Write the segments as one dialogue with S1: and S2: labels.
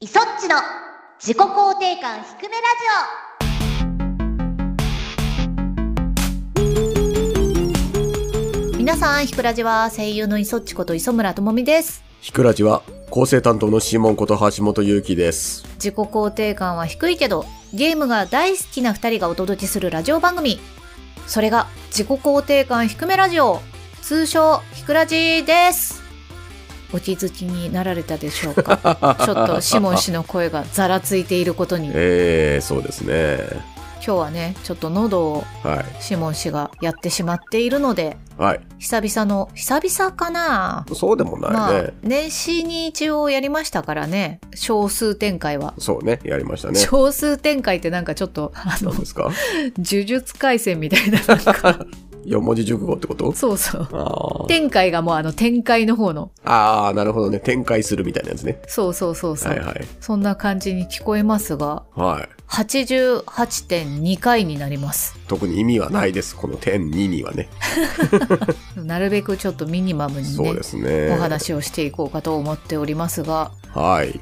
S1: イソッチの自己肯定感低めラジオ皆さん、ひくらじは声優のイソッチこと磯村智美です。
S2: ひくらじは構成担当のシモンこと橋本優希です。
S1: 自己肯定感は低いけど、ゲームが大好きな二人がお届けするラジオ番組。それが、自己肯定感低めラジオ。通称、ひくらじです。お気づきになられたでしょうか
S2: ちょ
S1: ちょっとシモン氏の声がざらついていることに
S2: ええそうですね。
S1: 今日はねちょっと喉を
S2: は
S1: シモン氏がやってしまっているので
S2: い。はい。
S1: 久々の久々かな、
S2: そうでもな
S1: ま
S2: い
S1: あ
S2: ね。
S1: 年始に一応やりましたからね少数展開は、
S2: そうね。やりましたね。
S1: 少数展開ってなんかちょっとあの
S2: 何ですか
S1: 呪術廻戦みたいななん か
S2: 四文字熟語ってこと
S1: そうそう
S2: あー
S1: 展開がもうあの展開の方の
S2: あー、なるほどね。展開するみたいなやつね。
S1: そうそうそうそう、
S2: はいはい。
S1: そんな感じに聞こえますが
S2: はい。
S1: 88.2回になります
S2: 特に意味はないです。この点2にはね。
S1: なるべくちょっとミニマムに
S2: そう
S1: ね
S2: ですね。
S1: お話をしていこうかと思っておりますが
S2: はい。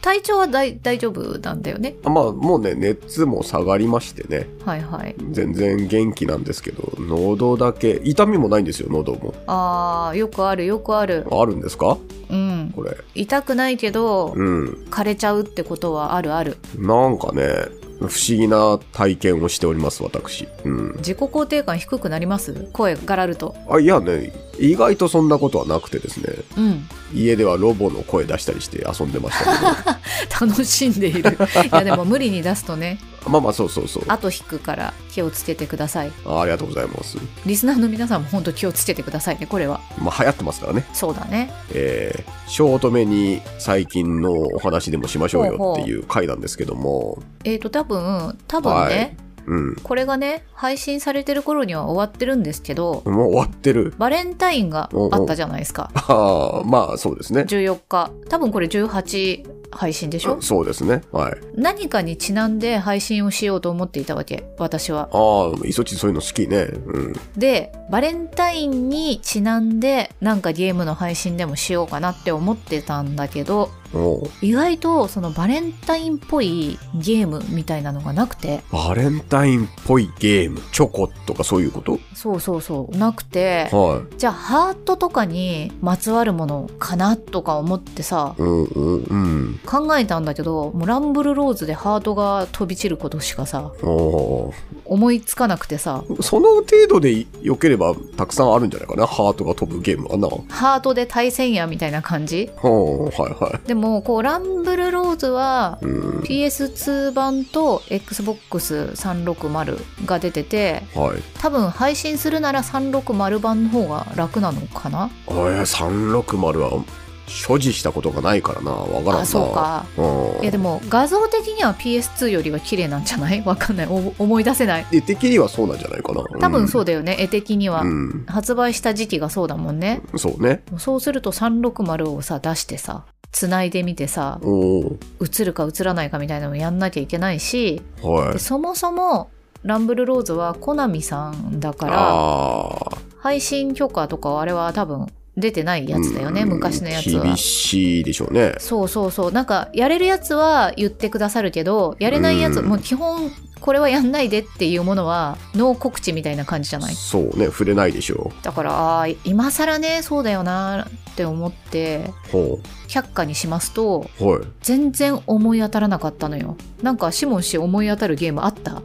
S1: 体調はだい大丈夫なんだよね
S2: あまあ、もうね、熱も下がりましてね。
S1: はいはい
S2: 全然元気なんですけど、喉だけ、痛みもないんですよ、喉も。
S1: あーよくあるよくある
S2: あるんですか
S1: うん
S2: これ。
S1: 痛くないけど
S2: うん。
S1: 枯れちゃうってことはあるある
S2: なんかね、不思議な体験をしております、私。うん。
S1: 自己肯定感低くなります声がらると
S2: あ、いやね、意外とそんなことはなくてですね、
S1: うん
S2: 家ではロボの声出したりして遊んでましたけ
S1: 楽しんでいるいやでも無理に出すとね
S2: ど。まあまあ、そうそうそう。あ
S1: 後引くから気をつけてください
S2: ありがとうございます。
S1: リスナーの皆さんも本当気をつけてくださいねこれは
S2: まあ、流行ってますからね。
S1: そうだね
S2: えー、ショートめに最近のお話でもしましょう
S1: ほう
S2: よ
S1: ほう
S2: っていう回なんですけども、
S1: えっ、と多分多分ね、
S2: はいうん。
S1: これがね配信されてる頃には終わってるんですけど
S2: もう終わってる。
S1: バレンタインがあったじゃないですか
S2: ああ、まあ、そうですね。
S1: 14日多分これ18配信でしょ
S2: そうですね。はい。
S1: 何かにちなんで配信をしようと思っていたわけ私は
S2: ああ、いそちそういうの好きね。うん。
S1: でバレンタインにちなんでなんかゲームの配信でもしようかなって思ってたんだけど
S2: おう
S1: 意外とそのバレンタインっぽいゲームみたいなのがなくて
S2: バレンタインっぽいゲーム。チョコとかそういうこと
S1: そうそうそうなくて
S2: は
S1: じゃあハートとかにまつわるものかなとか思ってさ
S2: い。うんうんうん。
S1: 考えたんだけどもうランブルローズでハートが飛び散ることしかさ
S2: おー
S1: 思いつかなくてさ
S2: その程度で良ければたくさんあるんじゃないかな。ハートが飛ぶゲームはな。
S1: ハートで対戦やみたいな感じ
S2: おーはいは。
S1: でもこうランブルローズはい
S2: うん。
S1: PS2 版と XBOX360 が出てて
S2: はい。
S1: 多分配信するなら360版の方が楽なのかな
S2: えー、360は所持したことがないからな。わからんな。
S1: あそう。か
S2: うん。
S1: いやでも画像的には PS2 よりは綺麗なんじゃないわかんないお思い出せない
S2: 絵的にはそうなんじゃないかな。
S1: 多分そううだよね、絵的に
S2: だ
S1: は、
S2: うん。
S1: 発売した時期がそうだもんね
S2: そうね。
S1: そうすると360をさ出してさ繋いでみてさ
S2: おー
S1: 映るか映らないかみたいなのをやんなきゃいけないし
S2: はい
S1: で。そもそもランブルローズはコナミさんだから
S2: ああ。
S1: 配信許可とかはあれは多分出てないやつだよね
S2: うん
S1: 昔のやつは
S2: 厳。しいでしょうね
S1: そうそうそうなんかやれるやつは言ってくださるけどやれないやつ、
S2: うん
S1: もう基本これはやんないでっていうものはノー告知みたいな感じじゃない
S2: そうね触れないでしょ
S1: だからあー今更ねそうだよなって思って
S2: うほ
S1: 却下にしますと
S2: うはい
S1: 全然思い当たらなかったのよなんかシモン氏思い当たるゲームあった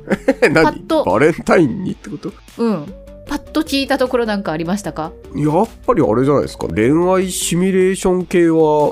S1: パ
S2: え 何
S1: ッと
S2: バレンタインにってこと
S1: うんパッと聞いたところなんかありましたか
S2: やっぱりあれじゃないですか恋愛シミュレーション系は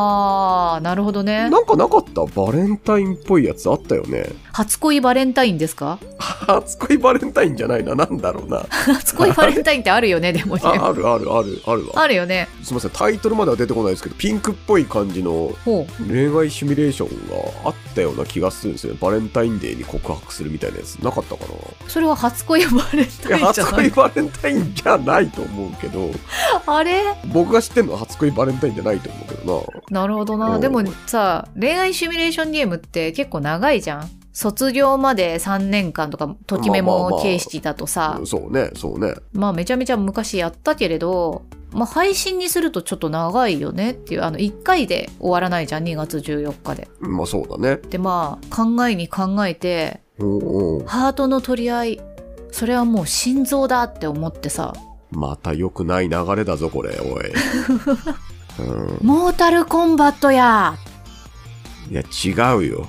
S1: あーなるほどね
S2: なんかなかったバレンタインっぽいやつあったよね
S1: 初恋バレンタインですか
S2: 初恋バレンタインじゃないななんだろうな
S1: 初恋バレンタインってあるよねでもね
S2: ああるあるあるあるわ
S1: あるよね
S2: すいませんタイトルまでは出てこないですけどピンクっぽい感じの
S1: ほう
S2: 恋愛シミュレーションがあったような気がするんですよねバレンタインデーに告白するみたいなやつなかったかな
S1: それは初恋バレン
S2: いや
S1: タインじゃな
S2: 初 恋
S1: い
S2: バレンタインじゃないと思うけど
S1: あれ
S2: 僕が知ってるのは初恋バレンタインじゃないと思うけど
S1: なるほど
S2: う
S1: なんでもさ恋愛シミュレーションゲームって結構長いじゃん卒業まで3年間とかときめ
S2: まあまあま
S1: も
S2: あ
S1: 形式だとさ、
S2: なそうねそうね
S1: まあめちゃめちゃ昔やったけれどまあ、配信にするとちょっと長いよねっていうあの1回で終わらないじゃん2月14日で。
S2: まあそうだね。
S1: でまあ考えに考えて
S2: うんうん。
S1: ハートの取り合いそれはもう心臓だって思ってさ
S2: また良くない流れだぞ、これ、 おい。
S1: 「
S2: うん、
S1: モータルコンバットや!」
S2: いや、違うよ。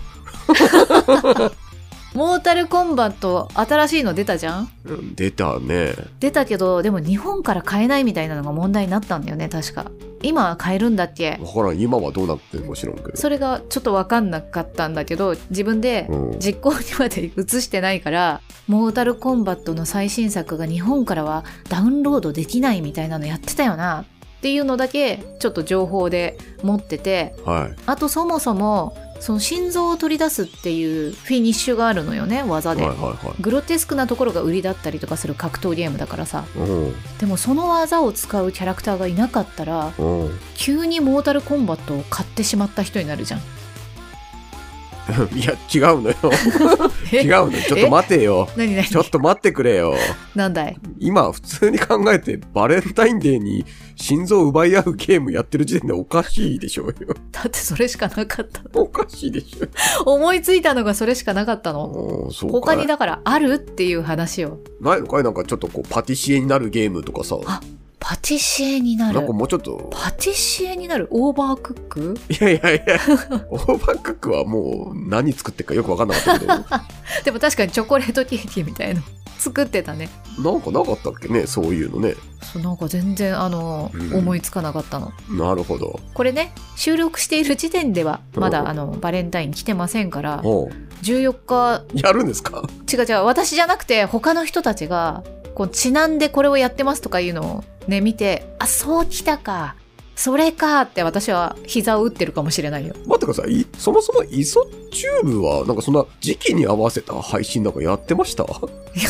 S1: モータルコンバット新しいの出たじゃん
S2: うん出たね。
S1: 出たけどでも日本から買えないみたいなのが問題になったんだよね確か今は買えるんだっけ
S2: わからん、今はどうなってるのか知らんけど。
S1: それがちょっと分かんなかったんだけど自分で
S2: うん、
S1: 実行にまで移してないからモータルコンバットの最新作が日本からはダウンロードできないみたいなのやってたよなっていうのだけちょっと情報で持ってて
S2: はい。
S1: あとそもそもその心臓を取り出すっていうフィニッシュがあるのよね技
S2: はい
S1: で
S2: はいは
S1: グロテスクなところが売りだったりとかする格闘ゲームだからさ
S2: い。うん
S1: でもその技を使うキャラクターがいなかったら
S2: うん。
S1: 急にモータルコンバットを買ってしまった人になるじゃん
S2: いや、違うのよ。違うのよ。ちょっと待てよ。
S1: 何何
S2: ちょっと待ってくれよ。
S1: なんだい
S2: 今、普通に考えて、バレンタインデーに心臓を奪い合うゲームやってる時点でおかしいでしょうよ。
S1: だってそれしかなかった
S2: おかしいでしょ。
S1: 思いついたのがそれしかなかったの
S2: うん、そう
S1: 他
S2: かい
S1: にだからあるっていう話を
S2: ないのかいなんかちょっとこう、パティシエになるゲームとかさ。
S1: あパティシエにな
S2: な
S1: る
S2: んかもうちょっと、
S1: パティシエになるオーバークック
S2: いやいやいや、オーバークックはもう何作ってるかよくわかんなか ったけど、なんか
S1: でも確かにチョコレートケーキみたいの作ってたね
S2: なかったっけね、そういうのね。
S1: そうなんか全然あの、
S2: うん
S1: 思いつかなかったの
S2: なるほど。
S1: これね収録している時点ではま
S2: うん
S1: だあのバレンタイン来てませんから
S2: おう
S1: 14日
S2: やるんですか
S1: 違う違う私じゃなくて他の人たちがこうちなんでこれをやってますとかいうのをね見てあそうきたかそれかって私は膝を打ってるかもしれないよ
S2: 待ってください。いそもそもイソチューブは、なんかそんな時期に合わせた配信なんかやってました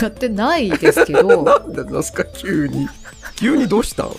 S1: やってないですけど
S2: なんでなんですか、急に。急にどうしたん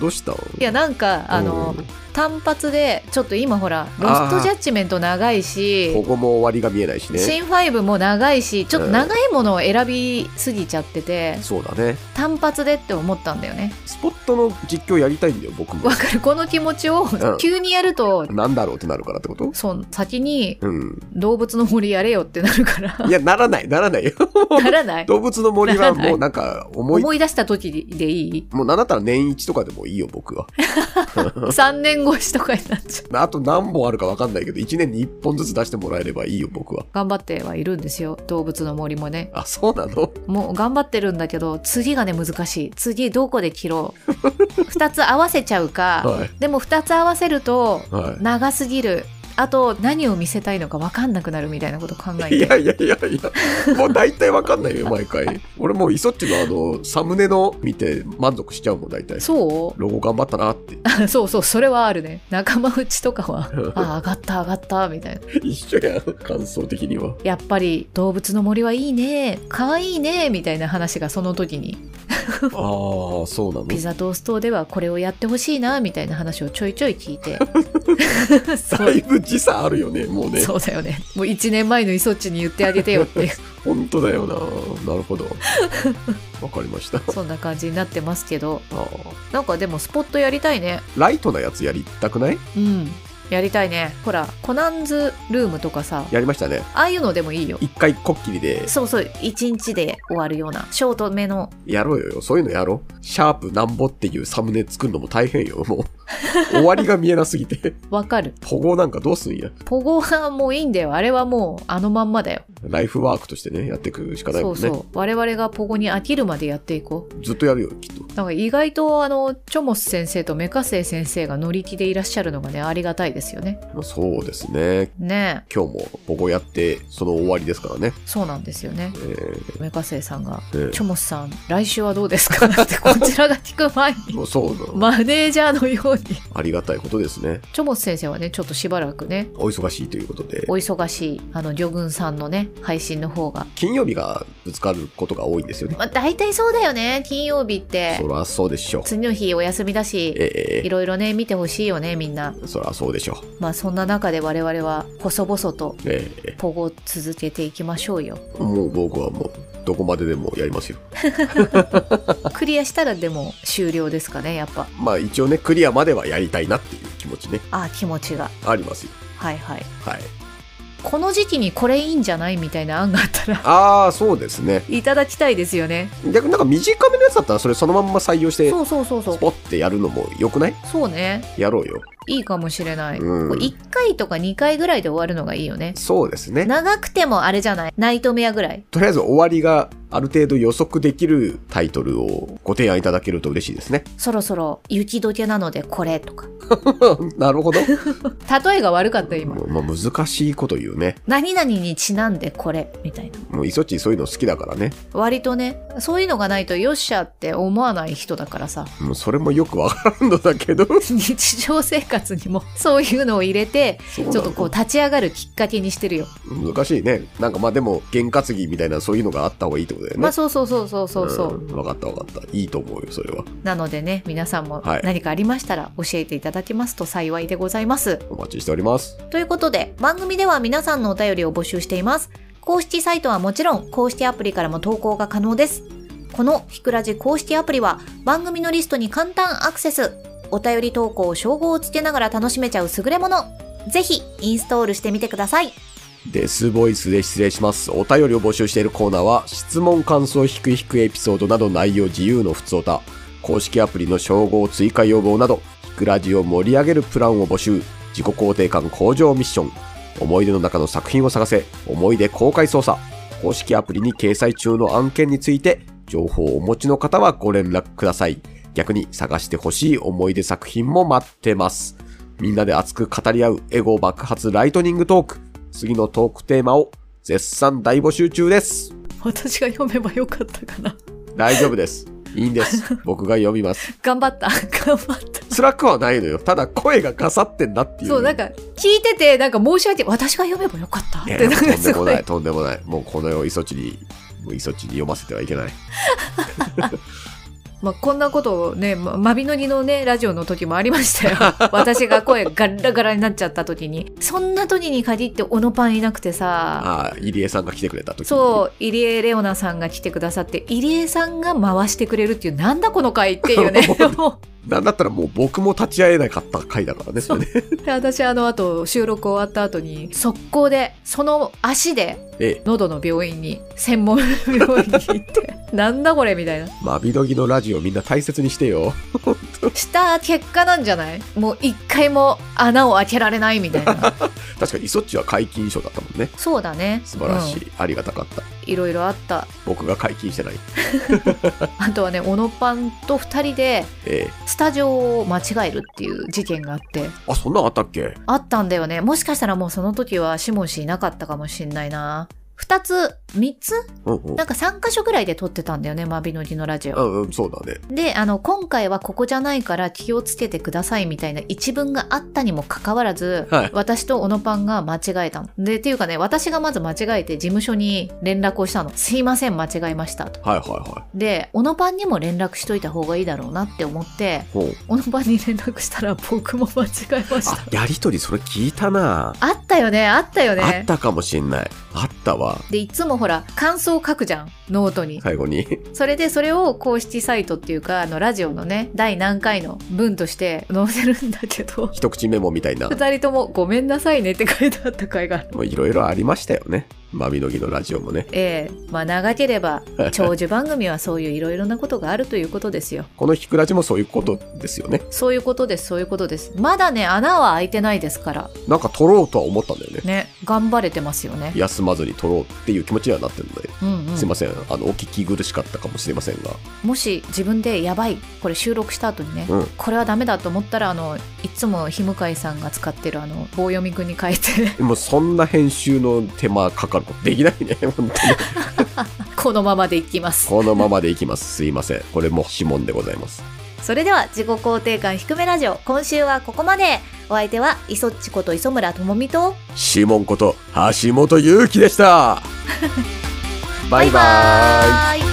S2: どうしたん
S1: いやなんかあの
S2: うん
S1: 単発でちょっと今ほらロストジャッジメント長い
S2: こ
S1: し
S2: こも終わりが見えないしね。
S1: シン5も長いしちょっと長いものを選びすぎちゃってて
S2: そうだね。
S1: 単発でって思ったんだよね
S2: スポットの実況やりたいんだよ、僕も
S1: わ。かるこの気持ちを
S2: ん
S1: 急にやると
S2: なんだろうってなるからってこと
S1: そう先に
S2: うん。
S1: 動物の森やれよってなる から
S2: いや、ならない、ならないよ。
S1: ならない
S2: 動物の森は
S1: ならない
S2: もうなんか思い、
S1: 思い出した時でいい
S2: もうなんだったら年一とかでもいいよ、僕は。
S1: ?3 年越しとかになっちゃう。
S2: あと何本あるかわかんないけど、1年に1本ずつ出してもらえればいいよ、僕は。
S1: 頑張ってはいるんですよ。動物の森もね。
S2: あ、そうなの
S1: もう頑張ってるんだけど、次がね、難しい。次どこで切ろう。2つ合 わせちゃうか。
S2: はい。
S1: でも2つ合わせると、
S2: は
S1: 長すぎる。あと、何を見せたいのか分かんなくなるみたいなこと考え
S2: い。い
S1: て。
S2: やいやいやいや、もう大体わかんないよ、毎回。俺もうイソッチのあの、サムネの見て満足しちゃうもん、大体。
S1: そ
S2: ロゴ頑張ったなって。
S1: う そうそう、それはあるね。仲間内とか は、あ、上がった上がった、みたいな。
S2: 一緒やん、感想的 には。
S1: やっぱり動物の森はいいね、可愛いね、みたいな話がその時に
S2: ああ、そうなの
S1: ピザトーストではこれをやってほしいなみたいな話をちょいちょい聞い てそ
S2: だ
S1: う
S2: いぶ時差あるよね、もうね。
S1: そうだよねもう1年前のイソッチに言ってあげてよ っていう
S2: 本当だよな。なるほど。 わかりました。
S1: そんな感じになってますけど
S2: あー
S1: なんかでもスポットやりたいね
S2: ライトなやつやりたくない
S1: うんやりたいねほらコナンズルームとかさ
S2: やりましたね。
S1: ああいうのでもいいよ
S2: 一回こっきりで
S1: そうそう1日で終わるようなショートめの
S2: やろうよ。そういうのやろう。シャープなんぼっていうサムネ作るのも大変よ。 もう終わりが見えなすぎて。
S1: わかる
S2: 保護なんかどうすんや。
S1: ポゴはもういいんだよあれはもうあのまんまだよ、
S2: ライフワークとしてね、やっていくしかない
S1: そ
S2: もん
S1: う
S2: ね。
S1: そう我々がポゴに飽きるまでやっていこう
S2: ずっとやるよ、きっと。
S1: なんか意外とあのチョモス先生とメカセイ先生が乗り気でいらっしゃるのがねありがたいですよね。
S2: まあそうですね。
S1: ね
S2: 今日も保護やって、その終わりですからね
S1: え。そうなんですよね
S2: え。ー
S1: メカセイさんが「
S2: えー
S1: チョモスさん来週はどうですか?」 ってこちらが聞く前に
S2: もうそうなの、
S1: マネージャーのようにチ
S2: ありがたいことですね。
S1: ョモス先生はねちょっとしばらくね
S2: お忙しいということで
S1: お。忙しいあの魚群さんのね配信の方が、
S2: 金曜日がぶつかることが多いんですよね。
S1: まあ、大体そうだよね金曜日って
S2: そらそうでしょう。
S1: 次の日お休みだし
S2: え
S1: いろいろね見てほしいよねみんな
S2: えそらそうでしょ
S1: まあそんな中で我々は細々と
S2: う。ええ
S1: ポゴを続けていきましょうよ
S2: もう僕はもうどこまででもやりますよ。
S1: クリアしたらでも終了ですかねやっぱ
S2: まあ一応ね、クリアまではやりたいなっていう気持ちね、
S1: あー気持ちが
S2: ありますよ。
S1: はいはい
S2: はい。
S1: この時期にこれいいんじゃないみたいな案があったら
S2: ああ、そうですね。
S1: いただきたいですよね
S2: 逆になんか短めのやつだったらそれそのまんま採用して、
S1: そうそうそうそ
S2: ス
S1: う
S2: ポッてやるのも良くない
S1: そうね
S2: やろうよ。
S1: いいかもしれない、
S2: うん
S1: これ1回とか2回ぐらいで終わるのがいいよね
S2: そうですね。
S1: 長くてもあれじゃないナイトメアぐらい
S2: とりあえず終わりがある程度予測できるタイトルをご提案いただけると嬉しいですね。
S1: そろそろ雪解けなのでこれとか
S2: なるほど。
S1: 例えが悪かった今
S2: もうまあ、難しいこと言うね。
S1: 何々にちなんでこれみたいな
S2: もういそっちそういうの好きだからね。
S1: 割とねそういうのがないとよっしゃって思わない人だからさ
S2: もうそれもよくわからんのだけど。
S1: 日常生活にも そういうのを入れて
S2: ちょ
S1: ちょっとこう立ち上がるきっかけにしてるよ、
S2: 難しいね。なんかまあでも、験担ぎみたいなそういうのがあった方がいいってことだよね。
S1: まあそうそうそうそうそうそう、
S2: んわかったわかった。いいと思うよ、それは。
S1: なのでね皆さんも
S2: はい
S1: 何かありましたら教えていただけますと幸いでございます、
S2: お待ちしております。
S1: ということで番組では皆さんのお便りを募集しています公式サイトはもちろん公式アプリからも投稿が可能ですこのひくらじ公式アプリは番組のリストに簡単アクセスお便り投稿を称号をつけながら楽しめちゃう優れものぜひインストールしてみてください
S2: デスボイスで失礼します。お便りを募集しているコーナーは、質問、感想、ひくひくエピソードなど内容自由の普通歌、公式アプリの称号追加要望など、ひくラジを盛り上げるプランを募集、自己肯定感向上ミッション、思い出の中の作品を探せ、思い出公開捜査、公式アプリに掲載中の案件について、情報をお持ちの方はご連絡ください。逆に探してほしい思い出作品も待ってます。みんなで熱く語り合うエゴ爆発ライトニングトーク。次のトークテーマを絶賛大募集中です。
S1: 私が読めばよかったかな
S2: 大丈夫です。いいんです。 僕が読みます。
S1: 頑張った 頑張った
S2: 辛くはないのよ。ただ声がガサってんなっていう。
S1: そうなんか聞いててなんか申し訳私が読めばよかったっ
S2: いや
S1: てなんか
S2: とんですも
S1: ごい
S2: ない、とんでもない。もうこの世をいそちに、もういそちに読ませてはいけない。
S1: まあ、こんなことをね、ま、マビノリのね、ラジオの時もありましたよ。 私が声ガラガラになっちゃった時に。そんな時に限ってオノパンいなくてさ、
S2: ああ、入江さんが来てくれた時に
S1: そう、入江レオナさんが来てくださって、入江さんが回してくれるっていう、なんだこの回って いうね。も
S2: なんだったらもう僕も立ち会えなかった回だからね。それね
S1: う で私、あの後、収録終わった後に、速攻で、その足で、
S2: ええ、
S1: 喉の病院に、専門の病院に行って、 なんだこれみたいな。
S2: まびどぎのラジオみんな大切にしてよ。
S1: した結果なんじゃないもう一回も穴を開けられないみたいな。
S2: 確かにいそっちは解禁賞だったもんね。
S1: そうだね。
S2: 素晴らし
S1: うん
S2: い。ありがたかった。
S1: いろいろあ った。
S2: 僕が解禁してない。
S1: あとはね、小野パンと2人で
S2: ええ。
S1: スタジオを間違えるっていう事件があって、
S2: あ、そんなんあったっけ
S1: あったんだよね。もしかしたらもうその時はシモン氏いなかったかもしんないな。2つ、3つ
S2: うんうん
S1: なんか3箇所ぐらいで撮ってたんだよね、マビノリのラジ
S2: う
S1: オ。
S2: んうん、そうだね。
S1: で、あの、今回はここじゃないから気をつけてくださいみたいな一文があったにもかかわらず、
S2: はい
S1: 私と小野パンが間違えたの。で、っていうかね、私がまず間違えて事務所に連絡をしたの。すいません、間違えましたと。
S2: はいはいは
S1: で、小野パンにも連絡しといた方がいいだろうなって思って、
S2: い。ほう。
S1: 小野パンに連絡したら僕も間違えました
S2: あ。、やりとりそれ聞いたな、
S1: あったよね、あったよ
S2: あっ
S1: ね。
S2: たかもしんない。あったわ。
S1: で、いつもほら、感想を書くじゃん、ノートに。
S2: 最後に。
S1: それで、それを公式サイトっていうか、あの、ラジオのね、第何回の文として載せるんだけ ど、
S2: 一口メモみたい な。
S1: 二人ともごめんなさいねって書いてあった回がある。
S2: もういろいろありましたよね。まみのぎのラジオもね。
S1: ええまあ長けれ ば、長寿番組はそういういろいろなことがあるということですよ。
S2: このひくらじもそういうことですよね。
S1: そういうことです、そういうことです。まだね、穴は開いてないですから。
S2: なんか撮ろうとは思ったんだよね。
S1: ね、頑張れてますよね。
S2: 休まずに撮ろうっていう気持ちにはなってるので、
S1: うんうん
S2: すいません。あの、お聞き苦しかったかもしれませんが。
S1: もし自分でやばい、これ収録した後にね、
S2: うん
S1: これはダメだと思ったら、あの、いつもひむかいさんが使ってるあの、棒読みくんに書いて、
S2: でもそんな編集の手間かかることできないね。本当に。
S1: このままでいきます。
S2: このままでいきます。すいません。これも指紋でございます。
S1: それでは、自己肯定感低めラジオ、今週はここまで。お相手は、いそっちこと磯村智美と、
S2: 指 紋こと橋本祐希でした。バイバイ。
S1: イ